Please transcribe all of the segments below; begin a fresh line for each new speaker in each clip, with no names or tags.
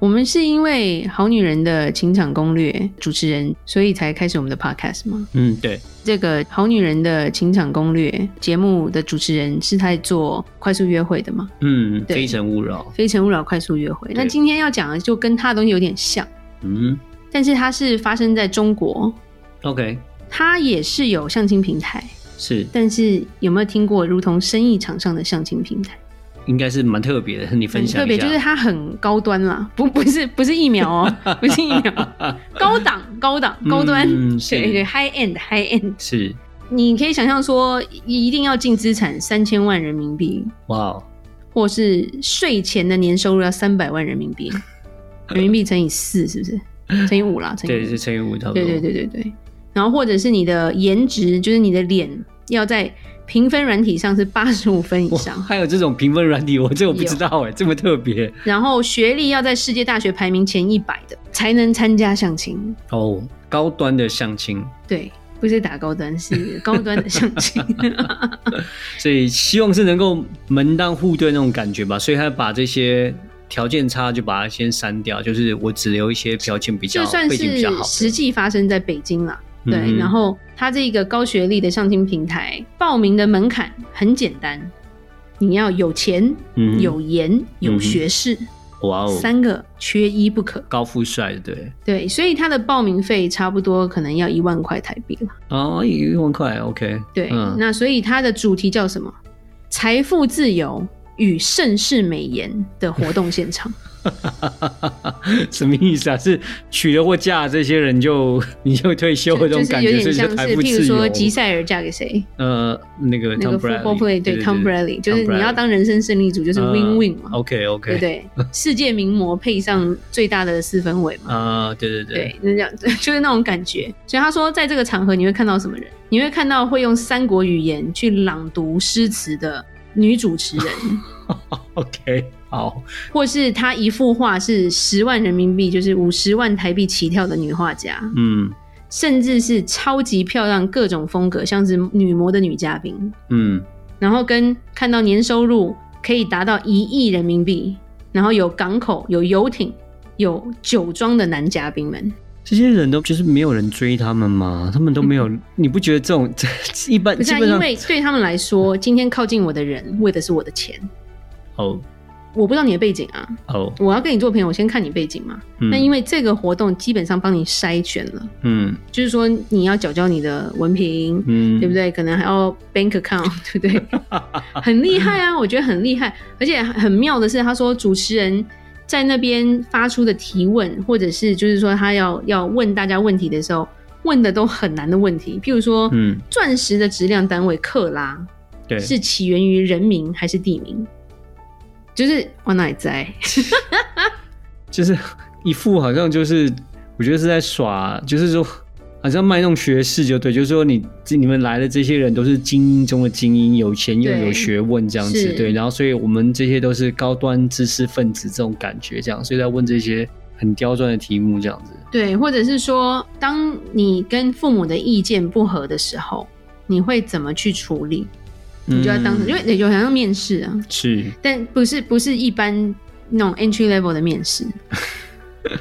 我们是因为《好女人的情场攻略》主持人，所以才开始我们的 podcast 吗？
嗯，对，
这个《好女人的情场攻略》节目的主持人是在做快速约会的吗？
嗯，
对
非诚勿扰，
《非诚勿扰》快速约会。那
对
今天要讲的就跟他的东西有点像，
嗯
但是它是发生在中国，
，OK，
它也是有相亲平台。
是，
但是有没有听过如同生意场上的相亲平台？
应该是蛮特别的，你分
很
享
嗯特
一
别，
下。
就是它很高端啦， 不不是不是疫 苗哦，不是疫苗，高档高档高端，
嗯是
对对，high end high end。
是，
你可以想象说，一定要净资产三千万人民币，
哇哦，
或是税前的年收入要三百万人 民币，人民币乘以四是不是？乘以五啦，乘以
对，
五
是乘以五差不多。
对对对对对。然后或者是你的颜值，就是你的脸要在评分软体上是八十五分以
哇，
上，
还有这种评分软体，我这我不知道哎，这么特别
然后学历要在世界大学排名前一百的才能参加相亲。
哦，高端的相亲，
对，不是打高端，是高端的相 亲。
所以希望是能够门当户对那种感觉吧。所以他把这些条件差就把它先删掉，就是我只留一些条件比较
就算
背景比
是
较好
实
的。
际发生在北京啦，
嗯
对。然后它这个高学历的相亲平台报名的门槛很简单，你要有钱、
嗯哼
有颜、有学识，
哇哦，
三个缺一不可。
高富帅对，
对，所以它的报名费差不多可能要一万块台币了。
哦，一万块 OK，
对，
嗯
那所以它的主题叫什么？财富自由与盛世美颜的活动现 场。
什么意思啊？是娶了或嫁了这些人就 你就退休
就
了这
就
种
是
感
有
觉，
点
所以
像，
就是财富
譬如
自
说
由。
吉塞尔嫁给谁？
呃，那个
那
Tom
个 football
Brady，
player 对 Tom Brady，就是你要当人生胜利组，就是
呃
win win 嘛，
OK
对
嗯哦 OK，
不对？世界名模配上最大的四分卫嘛，
啊，对对对
对，那这样 就是那种感觉。所以他说，在这个场合你会看到什么人？你会看到会用三国语言去朗读诗词的女主持人，
，OK，好，
或是他一幅画是十万人民币，就是五十万台币起跳的女画家，
嗯
甚至是超级漂亮各种风格，像是女模的女嘉宾，
嗯，
然后跟看到年收入可以达到一亿人民币，然后有港口、有游艇、有酒庄的男嘉宾们，
这些人都就是没有人追他们嘛，他们都没有，你不觉得这种 一般
嗯不是、
基
啊、
本
因
上嗯
为对他们来说，今天靠近我的人为的是我的钱。
哦
我不知道你的背景啊，
哦，嗯
我要跟你做朋友，我先看你背景嘛。那因
为
为这个活动基本上帮你筛选了，
嗯
就是说你要缴交你的文凭，
嗯，
对不？对？可能还要 bank account，对 不对？ 很厉害啊，我觉得很厉害。而且很妙的是，他说主持人在那边发出的提问，或者是就是说他要要问大家问题的时候，问的都很难的问题，譬如说，
嗯，
钻石的质量单位克拉
对，
是起源于人名还是地名？就是我哪里在？
就是一副好像就是，我觉得是在耍，就是说好像卖弄学士就对，就是说你你们来的这些人都是精英中的精英，有钱又
对
有学问这样子，
是
对，然后所以我们这些都是高端知识分子这种感觉，这样，所以在问这些很刁钻的题目这样子，
对，或者是说，当你跟父母的意见不合的时候，你会怎么去处理？你就要当成，
嗯
因为也就好像面试啊，
是
但不是不是一般那种 entry level 的面 试，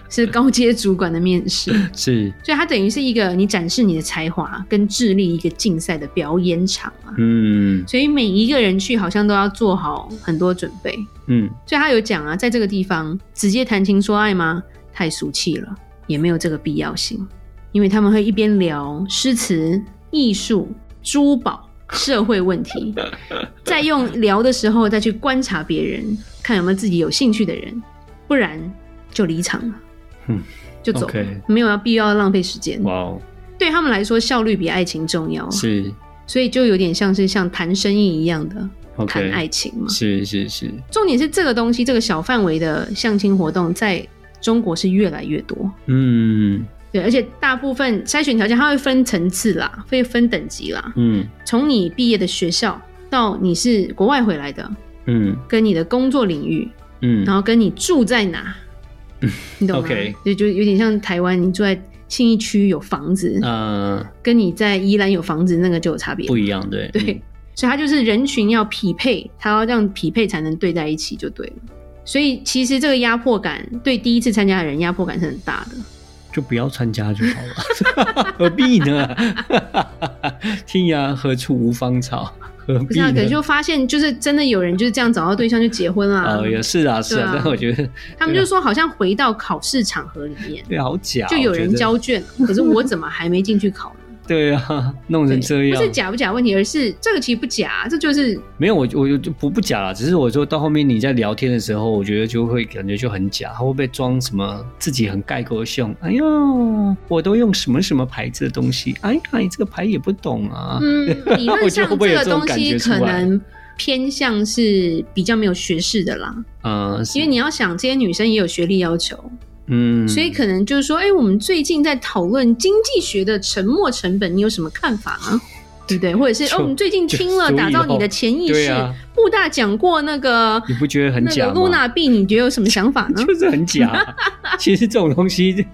是高阶主管的面试，
是，
所以它等于是一个你展示你的才华跟智力一个竞赛的表演场啊。
嗯
所以每一个人去好像都要做好很多准备。
嗯，
所以他有讲啊，在这个地方直接谈情说爱吗？太俗气了，也没有这个必要性，因为他们会一边聊诗词、艺术、珠宝、社会 问题，再用聊的时候再去观察别人，看有没有自己有兴趣的人，不然就离场了，
嗯，
就走了
OK
没有要必要浪费时间。
哇哦，
对他们来说，效率比爱情重要啊，
是
所以就有点像是像谈生意一样的谈
OK，
爱情嘛。
是是是，
重点是这个东西，这个小范围的相亲活动在中国是越来越多，
嗯，
对，而且大部分筛选条件它会分层次啦，会分等级啦。
嗯
从你毕业的学校到你是国外回来的，
嗯
跟你的工作领域，
嗯
然后跟你住在哪，你懂吗
OK
就就有点像台湾，你住在信义区有房子，
呃
跟你在宜兰有房子那个就有差别。
不一样，对
对，
嗯
所以它就是人群要匹配，它要让匹配才能对在一起就对了。所以其实这个压迫感对第一次参加的人压迫感是很大的。
就不要参加就好了， 何必呢？天涯何处无芳草，何
不
必
是啊，可
呢
能？就发现就是真的有人就是这样找到对象就结婚啦。
啊，也是啊，是啊，
对啊
但我觉得
他们就说好像回到考试场合里面，
啊对好假，
就有人
啊我觉得，
交卷，可是我怎么还没进去考 呢？
对啊，弄成这
对不
样
是，假不假问题，而是这个其实不假，这就是
没有我我就就不不假了，只是我说到后面你在聊天的时候，我觉得就会感觉就很假，他会不会装什么自己很概括性？哎呦，我都用什么什么牌子的东西，哎呀，你这个牌也不懂啊，
嗯，理
我
论
觉
上
得会不会有
个
这种
东
感
西
觉出来
可能偏向是比较没有学识的啦，
嗯，
因为你要想，这些女生也有学历要求，
嗯，
所以可能就是说，哎、我们最近在讨论经济学的沉没成本，你有什么看法呢？对不对？或者是
就
哦，我们最近听了
就
打造
所以
你的潜意
对
识，
啊
布大讲过那个
你不觉得很
那
假
个
吗？
露娜币，你觉得有什么想法呢？
就是很假。 其实这种东西，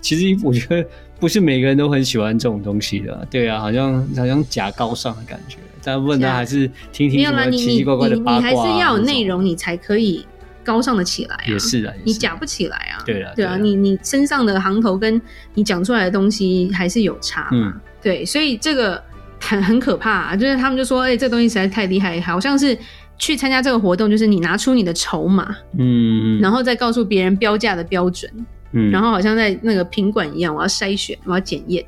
其实我觉得不是每个人都很喜欢这种东西的。对啊，好像好像假高尚的感觉，大部分
是
他
啊
还是听
没
听
有
什
啦，
么
你
奇
你
奇怪怪
你
的八卦、啊
你还是要有内容，
那种。
你才可以高尚的起来啊。
也是啊，也是
你假不起来啊。
对啊对
对
啊
啊，你你身上的行头跟你讲出来的东西还是有差嘛。
嗯
对，所以这个很很可怕、啊，就是他们就说，哎、这东西实在太厉害，好像是去参加这个活动，就是你拿出你的筹码，
嗯，
然
后
后再告诉别人标价的标准，
嗯，
然后好像在那个品管一样，我要筛选，我要检 验，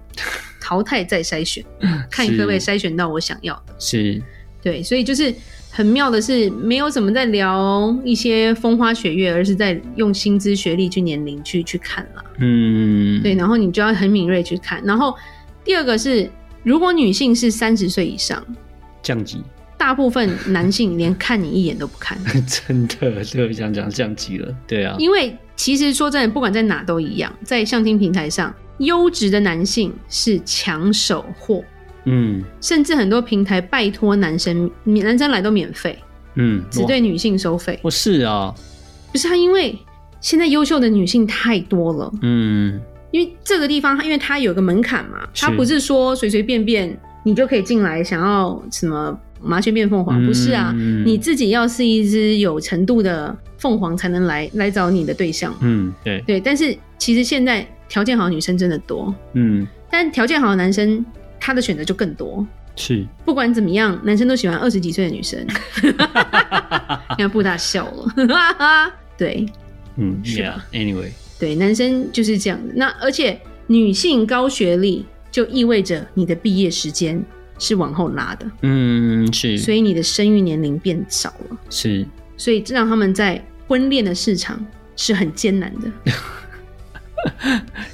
淘汰再筛选，看你可不可以筛选到我想要的。
是
对，所以就是。很妙的是，没有怎么在聊一些风花雪月，而是在用薪资、学历去年龄去去看啦。
嗯
对，然后你就要很敏锐去看。然后第二个是，如果女性是三十岁以上，
降级，
大部分男性连看你一眼都不看，
真的 对，想讲降级了，对啊，
因为其实说真的，不管在哪都一样，在相亲平台上，优质的男性是抢手货，
嗯
甚至很多平台拜托男生，男生来都免费，
嗯，
只对女性收费。
我是啊，
不是他，因为现在优秀的女性太多了，
嗯
因为这个地方，它因为它有个门槛嘛，
是
它不是说随随便便你就可以进来，想要什么麻雀变凤
嗯
凰，不是啊，
嗯
你自己要是一只有程度的凤凰，才能来来找你的对象。
嗯，对，
对，但是其实现在条件好的女生真的多，
嗯
但条件好的男生他的选择就更多。
是，
不管怎么样，男生都喜欢二十几岁的 女生，要不大笑了。 对，
嗯
是
，Yeah
吧
anyway，
对，男生就是这样的。那而且女性高学历就意味着你的毕业时间是往后拉的，
嗯是，
所以你的生育年龄变少了，
是
所以这让他们在婚恋的市场是很艰难的。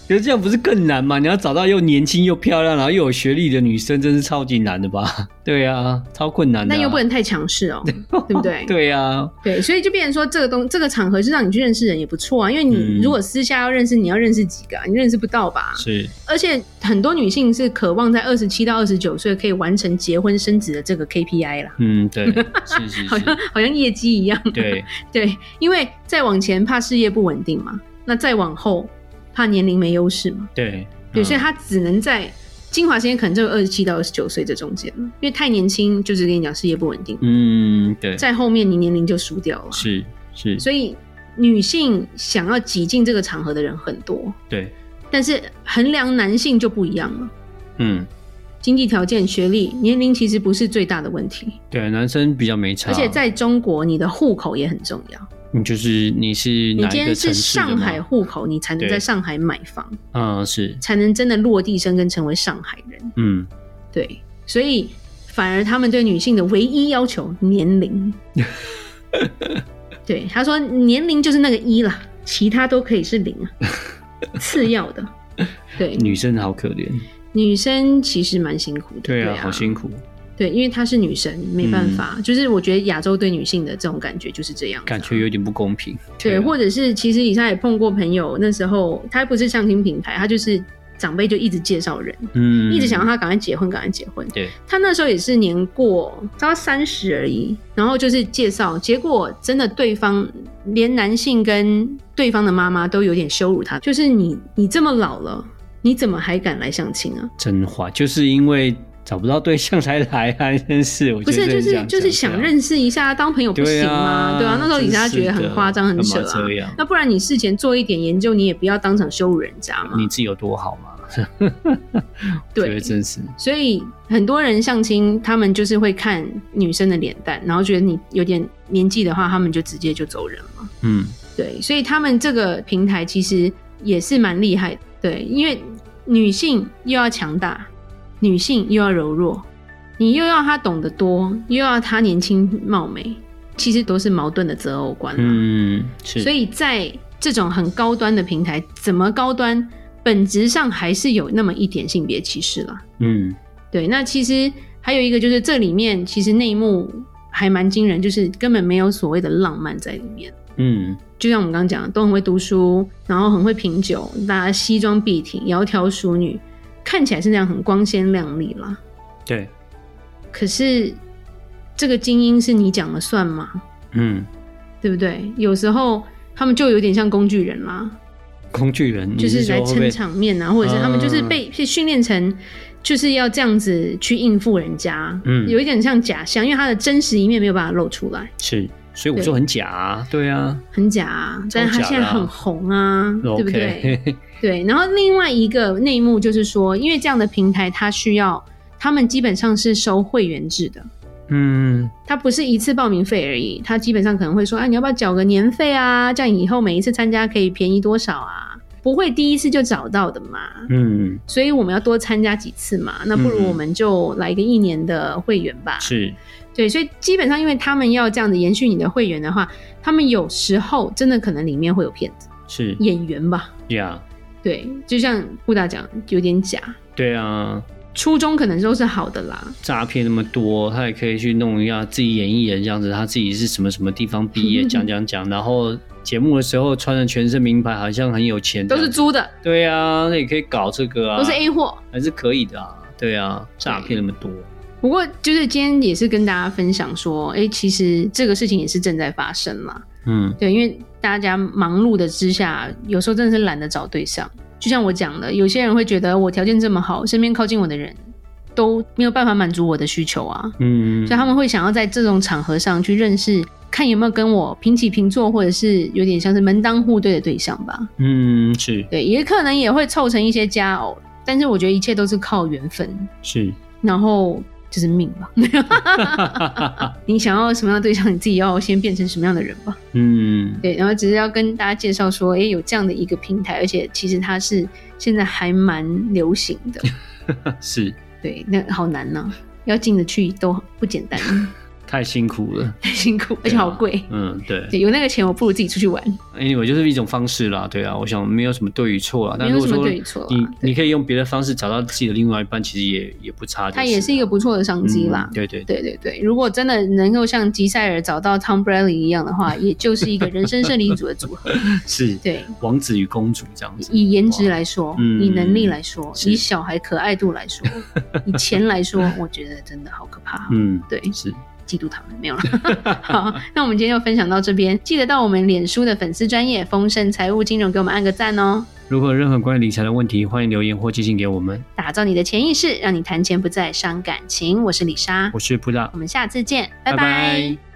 可是这样不是更难吗？你要找到又年轻又漂亮，然后又有学历的女生，真是超级难的吧？ 对啊，超困难的、啊。
但又不能太强势哦， 对不对？
对啊，
对所以就变成说这个东这个场合是让你去认识人也不错啊，因为你
嗯
如果私下要认识，你要认识几个、啊，你认识不到吧？
是，
而且很多女性是渴望在二十七到二十九岁可以完成结婚生子的这个 KPI 啦，
嗯，对，是是
好像
是，
好像业绩一样。
对，
对，因为再往前怕事业不稳定嘛，那再往后怕年龄没优势嘛，
对，
对，
嗯
所以他只能在精华时间可能就二十七到二十九岁这中间了，因为太年轻就是跟你讲事业不稳定，
嗯，对，
在后面你年龄就输掉了，
是是，
所以女性想要挤进这个场合的人很多，
对，
但是衡量男性就不一样了，
嗯，
经济条件、学历、年龄其实不是最大的问题，
对，男生比较没差，
而且在中国你的户口也很重要，
你就是你是
你
哪
今
一
天
个
是
城市的
上
吗
海，户口，你才能
对
在上海买房。
嗯，是，
才能真的落地生根，成为上海人。
嗯，
对，所以反而他们对女性的唯一要求 年龄。对，他说年龄就是那个一啦，其他都可以是零 啊，次要的。对，
女生好可怜，
女生其实蛮辛苦的。
对
啊，
啊，好辛苦，嗯
对，因为她是女神，没办法，就是我觉得亚洲对女性的这种感觉就是这样子啊、
感觉有点不公平。
对，
啊
或者是其实以下也碰过朋友，那时候他不是相亲平台，他就是长辈就一直介绍人，
嗯
一直想让他赶快结婚，赶快结婚。
对，
他那时候也是年过到三十而已，然后就是介绍，结果真的对方连男性跟对方的妈妈都有点羞辱他，就是你你这么老了，你怎么还敢来相亲啊？
真话，就是因为找不到对象才来啊， 真是我觉
不
得
是，就
这
是
样
就是想认识一下，当朋友不
对
行
啊
吗？，对啊，那时候李莎觉得很夸张，很扯
扯
啊
这。样
那不然你事前做一点研究，你也不要当场羞辱人家嘛。
你自己有多好嘛？嗯觉
对
得，真是
所以很多人相亲，他们就是会看女生的脸蛋，然后觉得你有点年纪的话，他们就直接就走人嘛。
嗯，
对，所以他们这个平台其实也是蛮厉害的。对，因为女性又要强大，女性又要柔弱，你又要她懂得多，又要她年轻貌美，其实都是矛盾的择偶观啦。
嗯，是，
所以在这种很高端的平台，怎么高端，本质上还是有那么一点性别歧视啦。
嗯，
对，那其实还有一个就是这里面其实内幕还蛮惊人，就是根本没有所谓的浪漫在里面。
嗯，
就像我们刚刚讲的，都很会读书，然后很会品酒，大家西装笔挺，窈窕淑女，看起来是那样很光鲜亮丽啦。
对，
可是这个精英是你讲了算吗？
嗯，
对不对？有时候他们就有点像工具人啦，
工具人，
就
你是
是来
说会不
撑
会嗯
场面啊，或者是他们就是被被训练成就是要这样子去应付人家，
嗯
有一点像假象，因为他的真实一面没有办法露出来，
是，所以我说很假啊，对啊
很假、啊。但是他现在很红啊，对不对？
，OK，
对。然后另外一个内幕就是说，因为这样的平台，它需要他们基本上是收会员制的。
嗯，
它不是一次报名费而已，它基本上可能会说，啊，你要不要缴个年费啊？这样以后每一次参加可以便宜多少啊？不会第一次就找到的嘛。
嗯，
所以我们要多参加几次嘛，那不如
嗯嗯
我们就来个一年的会员吧。
是，
对，所以基本上因为他们要这样子延续你的会员的话，他们有时候真的可能里面会有骗子，
是
演员吧。
呀，
对，就像布达讲，有点假，
对啊，
初衷可能都是好的啦。
诈骗那么多，他也可以去弄一下自己演艺人这样子，他自己是什么什么地方毕业，讲讲讲，然后节目的时候穿着全身名牌，好像很有钱这
都
样
是
子，
租的，
对啊，那也可以搞这个啊，
都是 A 货。
还是可以的啊，对啊，诈骗那么多，
不过就是今天也是跟大家分享说，哎，其实这个事情也是正在发生啦。
嗯
对，因为大家忙碌的之下，有时候真的是懒得找对象。就像我讲的，有些人会觉得我条件这么好，身边靠近我的人都没有办法满足我的需求啊，
嗯，
所以他们会想要在这种场合上去认识，看有没有跟我平起平坐，或者是有点像是门当户对的对象吧。
嗯是
对，也可能也会凑成一些佳偶，但是我觉得一切都是靠缘分，
是，
然后就是命吧。 你想要什么样的对象，你自己要先变成什么样的人吧。
嗯
对，然后只是要跟大家介绍说，哎，有这样的一个平台，而且其实它是现在还蛮流行 的。
是
对，那好难呢、要进得去都不简单，
太辛苦了，
太辛苦，而且好贵。
嗯对，嗯
对，有那个钱，我不如自己出去玩，
anyway 就是一种方式啦，对啊，我想没有什么对与错啦，
没
但
有
如
什
果
么
说
对与错啦
你
对
你可以用别的方式找到自己的另外一半，其实也也不差、就是了，
它也是一个不错的商机啦
嗯。对 对对，
对对对，如果真的能够像吉赛尔找到 Tom Brady 一样的话，也就是一个人生胜利组的组合。
是
对，
王子与公主这样子，
以颜值来说，
嗯
以能力来说，
是
以小孩可爱度来说， 以钱来说，我觉得真的好可怕哦、
嗯
对，
是，
嫉妒他们没有了。 好，那我们今天就分享到这边，记得到我们脸书的粉丝专业丰盛财务金融给我们按个赞哦，
如果有任何关于理财的问题，欢迎留言或寄信给我们，
打造你的潜意识，让你谈钱不再伤感情。我是李莎，
我是布大
我，们下次见，拜拜
拜